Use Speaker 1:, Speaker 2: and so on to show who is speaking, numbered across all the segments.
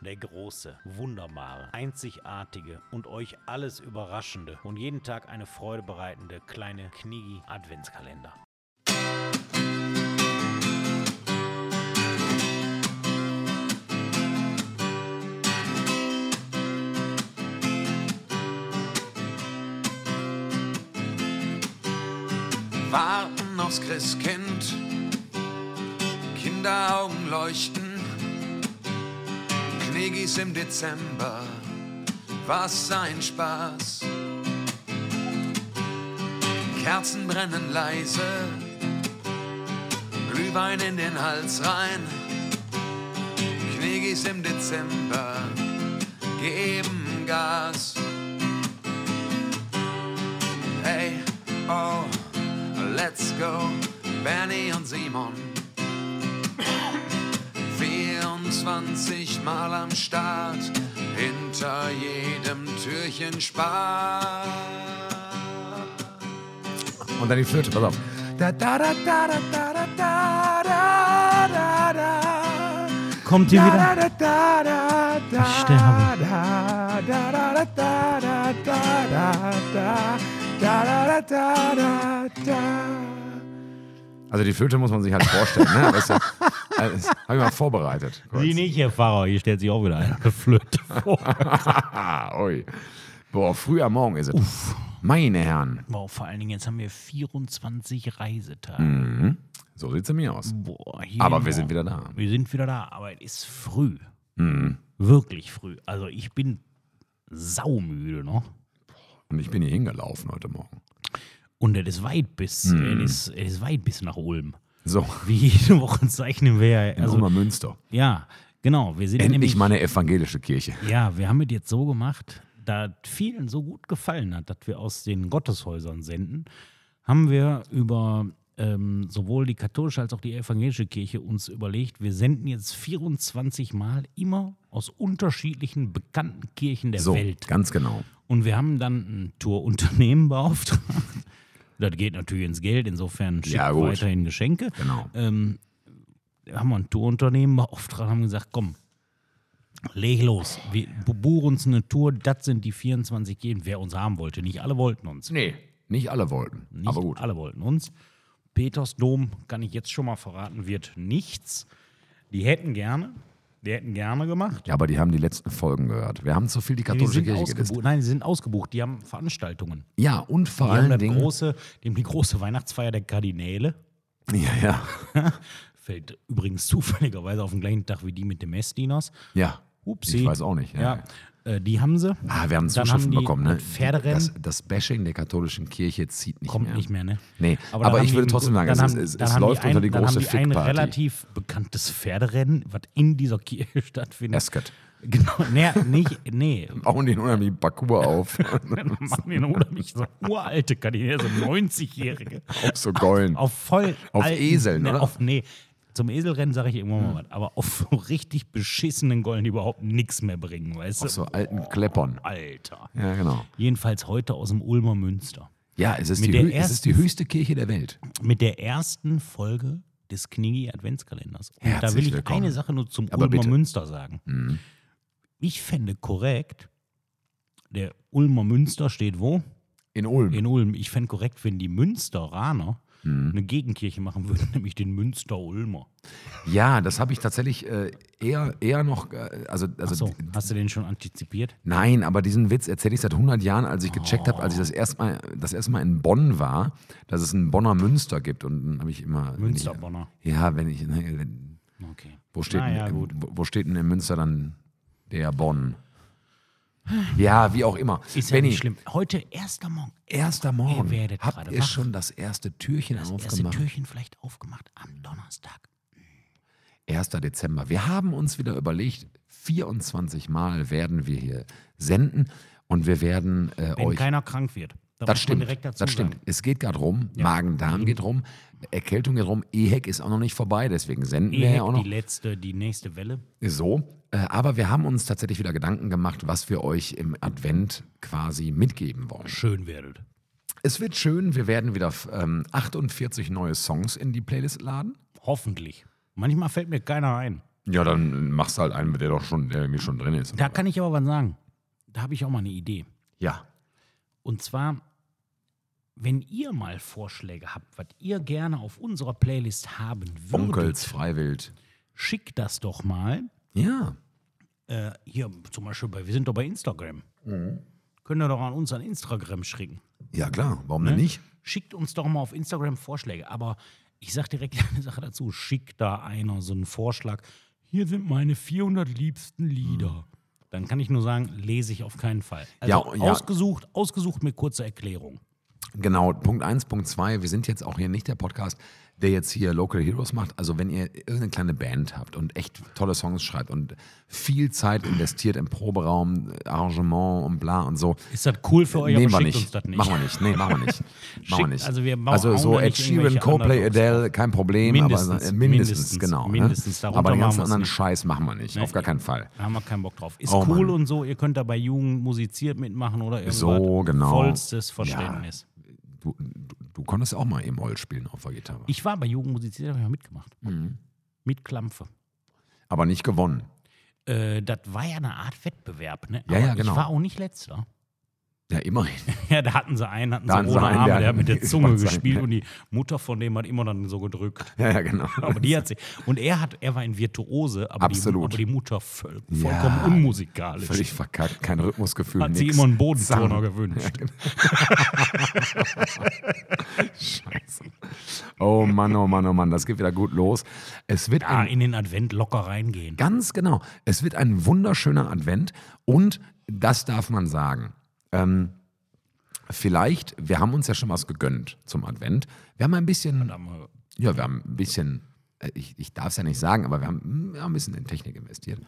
Speaker 1: der große, wunderbare, einzigartige und euch alles überraschende und jeden Tag eine Freude bereitende kleine Knigi Adventskalender.
Speaker 2: Warten aufs Christkind, Kinderaugen leuchten, Knegis im Dezember, was ein Spaß. Kerzen brennen leise, Glühwein in den Hals rein, Knegis im Dezember, geben Gas. Hey, oh, let's go, Benny und Simon. 24 Mal am Start, hinter jedem Türchen Spaß.
Speaker 3: Und dann die Flöte, pass auf. Da, da, da, da, da, da, da, da, da, da, da.
Speaker 1: Kommt ihr
Speaker 3: Da,
Speaker 1: wieder?
Speaker 3: da, da, da, da,
Speaker 1: Ich sterbe.
Speaker 3: da, da, da, da, da, da, da, da, da, da, da, da, da, da, da. Also die Flöte muss man sich halt vorstellen, ne? Weißt du, also, das hab ich mal vorbereitet. kurz.
Speaker 1: Sie nicht, Herr Pfarrer, hier stellt sich auch wieder eine Flöte vor.
Speaker 3: Ah, ui. Boah, früh am Morgen ist es. Meine Herren,
Speaker 1: Wow, vor allen Dingen, jetzt haben wir 24 Reisetage.
Speaker 3: so sieht's nämlich aus.
Speaker 1: Boah, hier
Speaker 3: Aber
Speaker 1: im
Speaker 3: wir sind
Speaker 1: Morgen.
Speaker 3: wieder da. Hm.
Speaker 1: Wir sind wieder da, aber es ist früh. Wirklich früh. Also ich bin saumüde noch.
Speaker 3: Und ich bin hier hingelaufen heute Morgen.
Speaker 1: Und es ist weit bis,
Speaker 3: Hm.
Speaker 1: es, ist, es ist weit bis nach Ulm.
Speaker 3: So,
Speaker 1: Wie jede Woche zeichnen wir ja.
Speaker 3: in
Speaker 1: Also,
Speaker 3: Münster.
Speaker 1: ja, genau. Wir sind
Speaker 3: Endlich
Speaker 1: nämlich,
Speaker 3: meine evangelische Kirche.
Speaker 1: Ja, wir haben es jetzt so gemacht, da es vielen so gut gefallen hat, dass wir aus den Gotteshäusern senden, haben wir über ähm, sowohl die katholische als auch die evangelische Kirche uns überlegt, wir senden jetzt 24 Mal immer aus unterschiedlichen bekannten Kirchen der
Speaker 3: So,
Speaker 1: Welt.
Speaker 3: ganz genau.
Speaker 1: Und wir haben dann ein Tourunternehmen beauftragt. Das geht natürlich ins Geld, insofern schickt
Speaker 3: Ja, gut.
Speaker 1: weiterhin Geschenke.
Speaker 3: Genau.
Speaker 1: Ähm, haben wir ein Tourunternehmen beauftragt, haben gesagt, komm, leg los, wir bu- buchen uns eine Tour, das sind die 24 Gehen, wer uns haben wollte. Nicht alle wollten uns.
Speaker 3: Nee, nicht alle wollten.
Speaker 1: Nicht
Speaker 3: aber gut.
Speaker 1: alle wollten uns. Petersdom, kann ich jetzt schon mal verraten, wird nichts. Die hätten gerne, die hätten gerne gemacht.
Speaker 3: Ja, aber die haben die letzten Folgen gehört. Wir haben zu viel die
Speaker 1: Die
Speaker 3: katholische
Speaker 1: sind
Speaker 3: Kirche gedisst.
Speaker 1: ausgebucht. Nein, die sind ausgebucht, die haben Veranstaltungen.
Speaker 3: Ja, und vor
Speaker 1: Die haben,
Speaker 3: allen
Speaker 1: das
Speaker 3: Dingen.
Speaker 1: große, die haben die große Weihnachtsfeier der Kardinäle.
Speaker 3: Ja, ja.
Speaker 1: Fällt übrigens zufälligerweise auf den gleichen Tag wie die mit dem Messdieners.
Speaker 3: Ja.
Speaker 1: Upsi.
Speaker 3: Ich weiß auch nicht. Ja.
Speaker 1: Ja, Äh, die haben sie.
Speaker 3: Ah, wir haben
Speaker 1: Dann
Speaker 3: Zuschriften
Speaker 1: haben die
Speaker 3: bekommen, ne?
Speaker 1: das Pferderennen.
Speaker 3: Das, das Bashing der katholischen Kirche zieht nicht
Speaker 1: Kommt
Speaker 3: mehr.
Speaker 1: nicht mehr, ne?
Speaker 3: Nee,
Speaker 1: dann
Speaker 3: aber
Speaker 1: haben
Speaker 3: ich
Speaker 1: die
Speaker 3: würde
Speaker 1: ein
Speaker 3: trotzdem
Speaker 1: gut-
Speaker 3: sagen,
Speaker 1: dann
Speaker 3: es
Speaker 1: haben-
Speaker 3: ist- es-
Speaker 1: dann
Speaker 3: es
Speaker 1: haben
Speaker 3: läuft unter die
Speaker 1: dann
Speaker 3: große
Speaker 1: haben die ein
Speaker 3: Fickparty.
Speaker 1: relativ bekanntes Pferderennen, was in dieser Kirche stattfindet.
Speaker 3: Ascot.
Speaker 1: Genau, nee, nicht, nee,
Speaker 3: Bauen den unheimlichen Parcours auf.
Speaker 1: dann machen wir eine unheimlich so uralte Kardinäle, so 90-Jährige.
Speaker 3: auf so Gollen.
Speaker 1: Auf voll.
Speaker 3: Auf Eseln,
Speaker 1: ne,
Speaker 3: oder?
Speaker 1: Auf, nee, zum Eselrennen sage ich irgendwann mal was. Aber auf so richtig beschissenen Gollen, die überhaupt nichts mehr bringen, weißt du?
Speaker 3: auf so alten Kleppern.
Speaker 1: Alter.
Speaker 3: Ja, genau.
Speaker 1: Jedenfalls heute aus dem Ulmer Münster.
Speaker 3: Ja, es ist,
Speaker 1: Mit
Speaker 3: die,
Speaker 1: der
Speaker 3: hö es ist die
Speaker 1: ersten-
Speaker 3: höchste Kirche der Welt.
Speaker 1: Mit der ersten Folge des Knigi Adventskalenders. Und da
Speaker 3: Herzlich
Speaker 1: will ich
Speaker 3: willkommen.
Speaker 1: eine Sache nur zum
Speaker 3: Aber
Speaker 1: Ulmer
Speaker 3: bitte. Mhm.
Speaker 1: Münster sagen. Ich fände korrekt, der Ulmer Münster steht wo?
Speaker 3: In Ulm.
Speaker 1: In Ulm. Ich fände korrekt, wenn die Münsteraner
Speaker 3: Mhm.
Speaker 1: eine Gegenkirche machen würden, nämlich den Münster-Ulmer.
Speaker 3: ja, das habe ich tatsächlich äh, eher, eher noch. Äh, also, also
Speaker 1: So, hast du den schon antizipiert?
Speaker 3: Nein, aber diesen Witz erzähle ich seit 100 Jahren, als ich gecheckt habe, als ich das erste, Mal, das erste Mal in Bonn war, dass es ein Bonner Münster gibt. Und dann habe ich immer. wenn
Speaker 1: Münsterbonner.
Speaker 3: Ich, ja, wenn ich. Ne, wenn-
Speaker 1: Okay.
Speaker 3: wo, steht
Speaker 1: Ah, ja,
Speaker 3: denn,
Speaker 1: gut.
Speaker 3: wo, wo steht denn in Münster dann der Bonn? Ja, wie auch immer.
Speaker 1: Ist ja
Speaker 3: Benni,
Speaker 1: nicht schlimm. Heute erster Morgen.
Speaker 3: Erster Morgen.
Speaker 1: Ihr werdet
Speaker 3: habt
Speaker 1: gerade
Speaker 3: ihr
Speaker 1: wach.
Speaker 3: schon das erste Türchen
Speaker 1: Das erste
Speaker 3: aufgemacht?
Speaker 1: Türchen vielleicht aufgemacht am Donnerstag.
Speaker 3: 1. Dezember. Wir haben uns wieder überlegt, 24 Mal werden wir hier senden und wir werden äh,
Speaker 1: Wenn
Speaker 3: euch
Speaker 1: keiner krank wird. Da muss
Speaker 3: Das
Speaker 1: man
Speaker 3: stimmt.
Speaker 1: Direkt dazu Mhm.
Speaker 3: das stimmt.
Speaker 1: Sagen.
Speaker 3: Es geht gerade rum. Magen-Darm geht rum. Erkältung geht rum. EHEC ist auch noch nicht vorbei. Deswegen senden wir
Speaker 1: Ehek,
Speaker 3: ja auch
Speaker 1: die
Speaker 3: noch.
Speaker 1: letzte, die nächste Welle.
Speaker 3: So. Äh, Aber wir haben uns tatsächlich wieder Gedanken gemacht, was wir euch im Advent quasi mitgeben wollen.
Speaker 1: Schön werdet.
Speaker 3: Es wird schön. Wir werden wieder ähm, 48 neue Songs in die Playlist laden.
Speaker 1: Hoffentlich. Manchmal fällt mir keiner ein.
Speaker 3: Ja, dann machst du halt einen, der doch schon, der irgendwie schon drin ist.
Speaker 1: Da kann ich aber was sagen. Da habe ich auch mal eine Idee.
Speaker 3: ja.
Speaker 1: Und zwar, wenn ihr mal Vorschläge habt, was ihr gerne auf unserer Playlist haben würdet,
Speaker 3: Onkels Freiwild.
Speaker 1: schickt das doch mal.
Speaker 3: Ja.
Speaker 1: Äh, hier zum Beispiel, bei, wir sind doch bei Instagram.
Speaker 3: Mhm.
Speaker 1: Könnt ihr doch an uns an Instagram schicken.
Speaker 3: Ja, klar. Warum
Speaker 1: Ne?
Speaker 3: denn nicht?
Speaker 1: Schickt uns doch mal auf Instagram Vorschläge. Aber ich sage direkt eine Sache dazu. Schickt da einer so einen Vorschlag. Hier sind meine 400 liebsten Lieder. Dann kann ich nur sagen, lese ich auf keinen Fall. Also
Speaker 3: Hm. Ja, ja.
Speaker 1: ausgesucht, ausgesucht mit kurzer Erklärung.
Speaker 3: Genau, Punkt eins, Punkt zwei. wir sind jetzt auch hier nicht der Podcast, der jetzt hier Local Heroes macht. Also wenn ihr irgendeine kleine Band habt und echt tolle Songs schreibt und viel Zeit investiert im Proberaum, Arrangement und bla und so,
Speaker 1: Ist das cool für euch,
Speaker 3: Äh, nehmen
Speaker 1: Oh aber
Speaker 3: wir
Speaker 1: schickt
Speaker 3: nicht.
Speaker 1: uns das nicht.
Speaker 3: Machen wir nicht. Nee, machen wir nicht. machen wir
Speaker 1: Schickt-
Speaker 3: nicht.
Speaker 1: also wir bauen-
Speaker 3: also
Speaker 1: hauen
Speaker 3: so
Speaker 1: da
Speaker 3: Ed
Speaker 1: nicht
Speaker 3: Sheeran,
Speaker 1: irgendwelche
Speaker 3: Coldplay,
Speaker 1: Underdogs drauf.
Speaker 3: Adele, kein Problem, aber
Speaker 1: Mindestens,
Speaker 3: äh, mindestens,
Speaker 1: mindestens,
Speaker 3: genau.
Speaker 1: mindestens.
Speaker 3: ne?
Speaker 1: Darunter
Speaker 3: Aber den
Speaker 1: machen
Speaker 3: ganzen
Speaker 1: wir's
Speaker 3: anderen
Speaker 1: nicht.
Speaker 3: Scheiß machen wir nicht. Auf gar keinen Fall.
Speaker 1: Da haben wir keinen Bock drauf. Ist
Speaker 3: Oh,
Speaker 1: cool
Speaker 3: Mann.
Speaker 1: und so. Ihr könnt da bei Jugend musiziert mitmachen oder irgendwas.
Speaker 3: So, genau.
Speaker 1: Vollstes Verständnis.
Speaker 3: Du, du, du konntest auch mal im Moll spielen auf der Gitarre.
Speaker 1: Ich war bei Jugend musiziert, habe ich mal mitgemacht.
Speaker 3: Mhm.
Speaker 1: Mit Klampfe.
Speaker 3: aber nicht gewonnen.
Speaker 1: Äh, das war ja eine Art Wettbewerb, ne?
Speaker 3: Ja, ja, genau.
Speaker 1: Ich war auch nicht letzter.
Speaker 3: Ja, immerhin.
Speaker 1: Ja, da hatten sie einen, hatten
Speaker 3: Da
Speaker 1: sie
Speaker 3: hatten
Speaker 1: ohne
Speaker 3: sie einen,
Speaker 1: Arme,
Speaker 3: der-
Speaker 1: der, hat mit der Zunge
Speaker 3: Ich wollte sagen,
Speaker 1: gespielt
Speaker 3: ja.
Speaker 1: und die Mutter von dem hat immer dann so gedrückt.
Speaker 3: Ja, ja, genau.
Speaker 1: Aber die hat sie. Und er hat, er war ein Virtuose, aber, die,
Speaker 3: Absolut.
Speaker 1: aber die Mutter voll,
Speaker 3: Ja.
Speaker 1: vollkommen unmusikalisch.
Speaker 3: Völlig verkackt, kein Rhythmusgefühl.
Speaker 1: hat
Speaker 3: nix.
Speaker 1: sie immer einen Bodenturner
Speaker 3: Sang.
Speaker 1: gewünscht.
Speaker 3: Scheiße. Oh Mann, oh Mann, oh Mann, das geht wieder gut los. Es wird
Speaker 1: Ah,
Speaker 3: ein,
Speaker 1: in den Advent locker reingehen.
Speaker 3: ganz genau, es wird ein wunderschöner Advent und das darf man sagen. Ähm, vielleicht, wir haben uns ja schon was gegönnt zum Advent. Wir haben ein bisschen, ja, wir haben ein bisschen, äh, ich, ich darf es ja nicht sagen, aber wir haben, hm, wir haben ein bisschen in Technik investiert.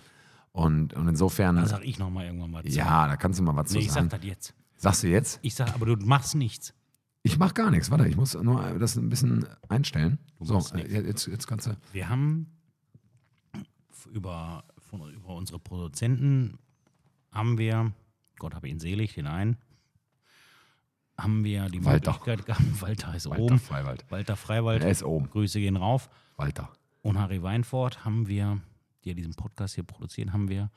Speaker 3: Und, und insofern,
Speaker 1: Da sag ich nochmal irgendwann mal zu.
Speaker 3: ja, da kannst du mal was
Speaker 1: Also, nee,
Speaker 3: zu
Speaker 1: ich sag
Speaker 3: sagen.
Speaker 1: das jetzt.
Speaker 3: Sagst du jetzt?
Speaker 1: Ich sag, aber du machst nichts.
Speaker 3: Ich mach gar nichts. Warte, ich muss nur das ein bisschen einstellen. So,
Speaker 1: machst
Speaker 3: äh, jetzt, jetzt kannst du.
Speaker 1: Wir haben f- über, von, über unsere Produzenten haben wir, Gott habe ihn selig, den einen, haben wir die
Speaker 3: Walter.
Speaker 1: Möglichkeit gehabt, Walter ist
Speaker 3: Walter
Speaker 1: oben,
Speaker 3: Freiwald.
Speaker 1: Walter Freiwald,
Speaker 3: Er ist oben.
Speaker 1: Grüße gehen rauf.
Speaker 3: Walter.
Speaker 1: Und Harry Weinfort haben wir, die ja diesen Podcast hier produzieren, haben wir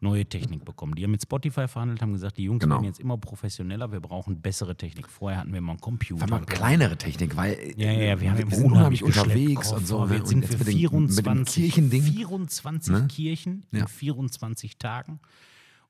Speaker 1: neue Technik bekommen. Die haben mit Spotify verhandelt, haben gesagt, die Jungs
Speaker 3: Genau.
Speaker 1: werden jetzt immer professioneller, wir brauchen bessere Technik. Vorher hatten wir mal einen Computer.
Speaker 3: Wenn man kleinere Technik, weil äh,
Speaker 1: Ja, ja, ja, wir haben
Speaker 3: wir
Speaker 1: im
Speaker 3: sind
Speaker 1: unheimlich
Speaker 3: unheimlich
Speaker 1: geschleppt,
Speaker 3: unterwegs
Speaker 1: Koffer,
Speaker 3: und so. ne?
Speaker 1: Jetzt sind
Speaker 3: und
Speaker 1: wir
Speaker 3: mit dem-
Speaker 1: 24,
Speaker 3: mit dem Kirchending. Ne?
Speaker 1: 24 Kirchen in
Speaker 3: Ja.
Speaker 1: 24 Tagen.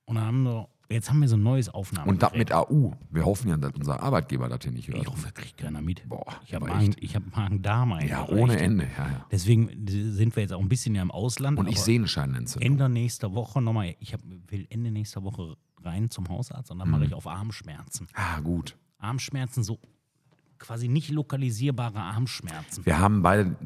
Speaker 1: Und dann haben wir, jetzt haben wir so ein neues Aufnahme.
Speaker 3: Und das mit AU. Wir hoffen ja, dass unser Arbeitgeber das hier nicht hört.
Speaker 1: Ich hoffe, kriegt keiner mit.
Speaker 3: Boah,
Speaker 1: ich habe
Speaker 3: aber
Speaker 1: Magen, ich hab Magen-Darm
Speaker 3: ja,
Speaker 1: eingereicht.
Speaker 3: ohne Ende. Ja, ja.
Speaker 1: Deswegen sind wir jetzt auch ein bisschen ja im Ausland.
Speaker 3: Und ich
Speaker 1: aber
Speaker 3: sehe einen Scheinentzündung.
Speaker 1: Ende nächster Woche nochmal, ich hab, will Ende nächster Woche rein zum Hausarzt und dann
Speaker 3: Mhm.
Speaker 1: mache ich auf Armschmerzen.
Speaker 3: Ah, gut.
Speaker 1: Armschmerzen, so quasi nicht lokalisierbare Armschmerzen.
Speaker 3: Wir haben beide,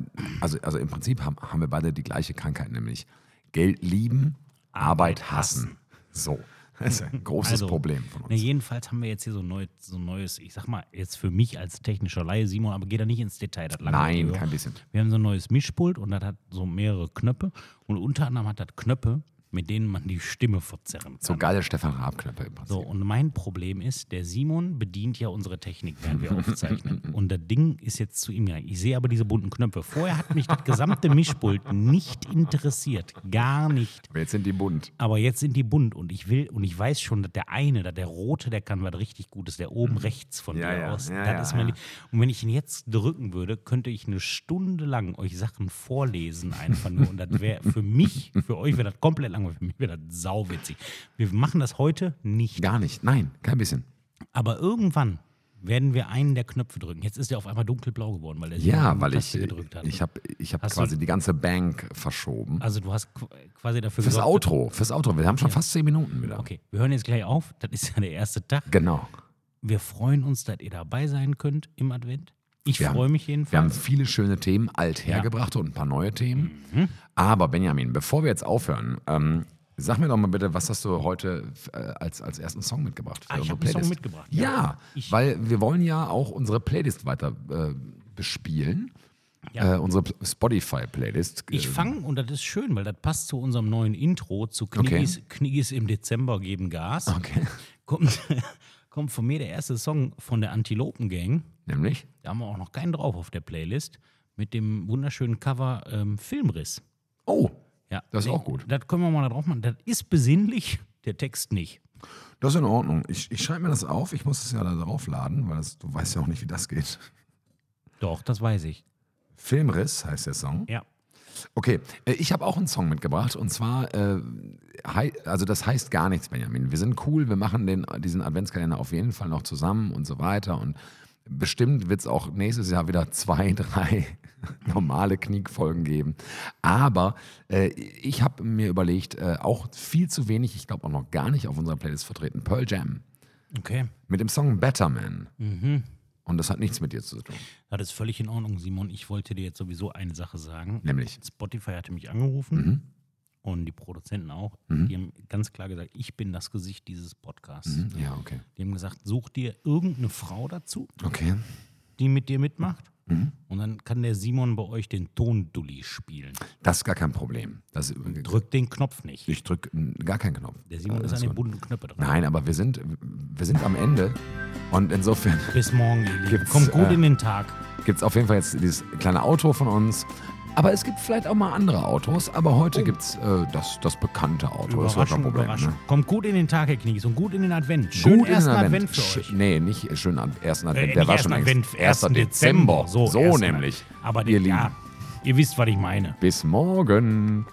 Speaker 3: also, also im Prinzip haben, haben wir beide die gleiche Krankheit, nämlich Geld lieben, Arbeit hassen. So. Das ist ein großes
Speaker 1: Also,
Speaker 3: Problem von
Speaker 1: Na,
Speaker 3: uns.
Speaker 1: jedenfalls haben wir jetzt hier so, neu, so ein neues, ich sag mal, jetzt für mich als technischer Laie, Simon, aber geht da nicht ins Detail. Das lange
Speaker 3: Nein,
Speaker 1: Video.
Speaker 3: kein bisschen.
Speaker 1: Wir haben so ein neues Mischpult und das hat so mehrere Knöpfe und unter anderem hat das Knöpfe, mit denen man die Stimme verzerren kann.
Speaker 3: So geil der Stefan Raab-Knöpfe im Prinzip.
Speaker 1: So, und mein Problem ist, der Simon bedient ja unsere Technik, während wir aufzeichnen. Und das Ding ist jetzt zu ihm gegangen. Ich sehe aber diese bunten Knöpfe. Vorher hat mich das gesamte Mischpult nicht interessiert. Gar nicht.
Speaker 3: Aber jetzt sind die bunt.
Speaker 1: Aber jetzt sind die bunt und ich will und ich weiß schon, dass der eine, dass der rote, der kann was richtig Gutes, der oben rechts von
Speaker 3: Mhm. Ja,
Speaker 1: dir
Speaker 3: ja,
Speaker 1: aus.
Speaker 3: ja,
Speaker 1: das
Speaker 3: ja,
Speaker 1: ist mein
Speaker 3: ja.
Speaker 1: Und wenn ich ihn jetzt drücken würde, könnte ich eine Stunde lang euch Sachen vorlesen einfach nur und das wäre für mich, für euch wäre das komplett langweilig, für mich wäre das sauwitzig. Wir machen das heute nicht.
Speaker 3: Gar nicht. Nein, kein bisschen.
Speaker 1: Aber irgendwann werden wir einen der Knöpfe drücken. Jetzt ist er auf einmal dunkelblau geworden, weil er sie auf
Speaker 3: Ja,
Speaker 1: die
Speaker 3: weil ich,
Speaker 1: Taste gedrückt hat. ne?
Speaker 3: ich habe ich hab
Speaker 1: Hast du-
Speaker 3: quasi die ganze Bank verschoben.
Speaker 1: also du hast qu- quasi dafür
Speaker 3: Fürs
Speaker 1: gesorgt,
Speaker 3: Outro, fürs Outro. Wir haben schon fast zehn Minuten wieder.
Speaker 1: Okay, wir hören jetzt gleich auf. Das ist ja der erste Tag.
Speaker 3: Genau.
Speaker 1: Wir freuen uns, dass ihr dabei sein könnt im Advent. Ich
Speaker 3: Wir haben-
Speaker 1: freue mich
Speaker 3: Wir haben
Speaker 1: jedenfalls.
Speaker 3: viele schöne Themen, althergebrachte und ein paar neue Themen.
Speaker 1: Mhm.
Speaker 3: Aber Benjamin, bevor wir jetzt aufhören, ähm, sag mir doch mal bitte, was hast du heute äh, als, als ersten Song mitgebracht? für
Speaker 1: Ah, ich
Speaker 3: unsere
Speaker 1: hab einen Song
Speaker 3: Playlist?
Speaker 1: mitgebracht,
Speaker 3: Ja,
Speaker 1: ja. Ich-
Speaker 3: weil wir wollen ja auch unsere Playlist weiter äh, bespielen.
Speaker 1: Ja.
Speaker 3: Äh, unsere Spotify-Playlist.
Speaker 1: Ich
Speaker 3: äh,
Speaker 1: fange, und das ist schön, weil das passt zu unserem neuen Intro, zu Kniggis, Kniggis im Dezember geben Gas.
Speaker 3: Okay.
Speaker 1: Kommt, kommt von mir der erste Song von der Antilopen Gang.
Speaker 3: Nämlich?
Speaker 1: Da haben wir auch noch keinen drauf auf der Playlist. Mit dem wunderschönen Cover ähm, Filmriss.
Speaker 3: Oh,
Speaker 1: Ja.
Speaker 3: Das ist auch gut.
Speaker 1: Das können wir mal da drauf machen. Das ist besinnlich, der Text nicht.
Speaker 3: Das ist in Ordnung. Ich, ich schreibe mir das auf. Ich muss es ja da draufladen, weil das, du weißt ja auch nicht, wie das geht.
Speaker 1: Doch, das weiß ich.
Speaker 3: Filmriss heißt der Song.
Speaker 1: Ja.
Speaker 3: Okay, äh, ich habe auch einen Song mitgebracht und zwar, äh, hei also das heißt gar nichts, Benjamin. Wir sind cool, wir machen den, diesen Adventskalender auf jeden Fall noch zusammen und so weiter und bestimmt wird es auch nächstes Jahr wieder zwei, drei normale Kniekfolgen geben. Aber äh, ich habe mir überlegt, äh, auch viel zu wenig, ich glaube auch noch gar nicht auf unserer Playlist vertreten, Pearl Jam
Speaker 1: Okay.
Speaker 3: mit dem Song Better Man. Und das hat nichts mit dir zu tun.
Speaker 1: Das ist völlig in Ordnung, Simon. Ich wollte dir jetzt sowieso eine Sache sagen.
Speaker 3: Nämlich?
Speaker 1: Spotify hatte mich angerufen
Speaker 3: Mhm.
Speaker 1: und die Produzenten auch. Die haben ganz klar gesagt, ich bin das Gesicht dieses Podcasts.
Speaker 3: Mhm. Ja, okay.
Speaker 1: Die haben gesagt, such dir irgendeine Frau dazu,
Speaker 3: Okay.
Speaker 1: die mit dir mitmacht.
Speaker 3: Mhm.
Speaker 1: Und dann kann der Simon bei euch den Tondulli spielen.
Speaker 3: Das ist gar kein Problem. Das,
Speaker 1: Drückt den Knopf nicht.
Speaker 3: Ich drücke gar keinen Knopf. Äh, also
Speaker 1: Der Simon ist an den bunten Knöpfe dran.
Speaker 3: Nein, aber wir sind, wir sind am Ende. Und insofern
Speaker 1: Bis morgen, ihr Lieben.
Speaker 3: Gibt's,
Speaker 1: Kommt gut
Speaker 3: äh,
Speaker 1: in den Tag.
Speaker 3: gibt es auf jeden Fall jetzt dieses kleine Auto von uns. Aber es gibt vielleicht auch mal andere Autos. Aber heute gibt's gibt es äh, das, das bekannte Auto. Das war
Speaker 1: Oh.
Speaker 3: kein
Speaker 1: Überraschung,
Speaker 3: Problem.
Speaker 1: Überraschung.
Speaker 3: Ne?
Speaker 1: Kommt gut in den Tag, Herr Knies, und gut in den Advent.
Speaker 3: Gut
Speaker 1: Schönen
Speaker 3: in den
Speaker 1: ersten Advent,
Speaker 3: Sch-
Speaker 1: für euch.
Speaker 3: Nee, nicht äh, schönen Ad ersten Advent.
Speaker 1: Äh,
Speaker 3: Der
Speaker 1: nicht
Speaker 3: war
Speaker 1: ersten
Speaker 3: schon längst.
Speaker 1: Advent,
Speaker 3: 1. Dezember. So,
Speaker 1: ersten Advent.
Speaker 3: nämlich.
Speaker 1: Aber
Speaker 3: ihr
Speaker 1: den,
Speaker 3: Lieben.
Speaker 1: ja, ihr wisst, was ich meine.
Speaker 3: Bis morgen.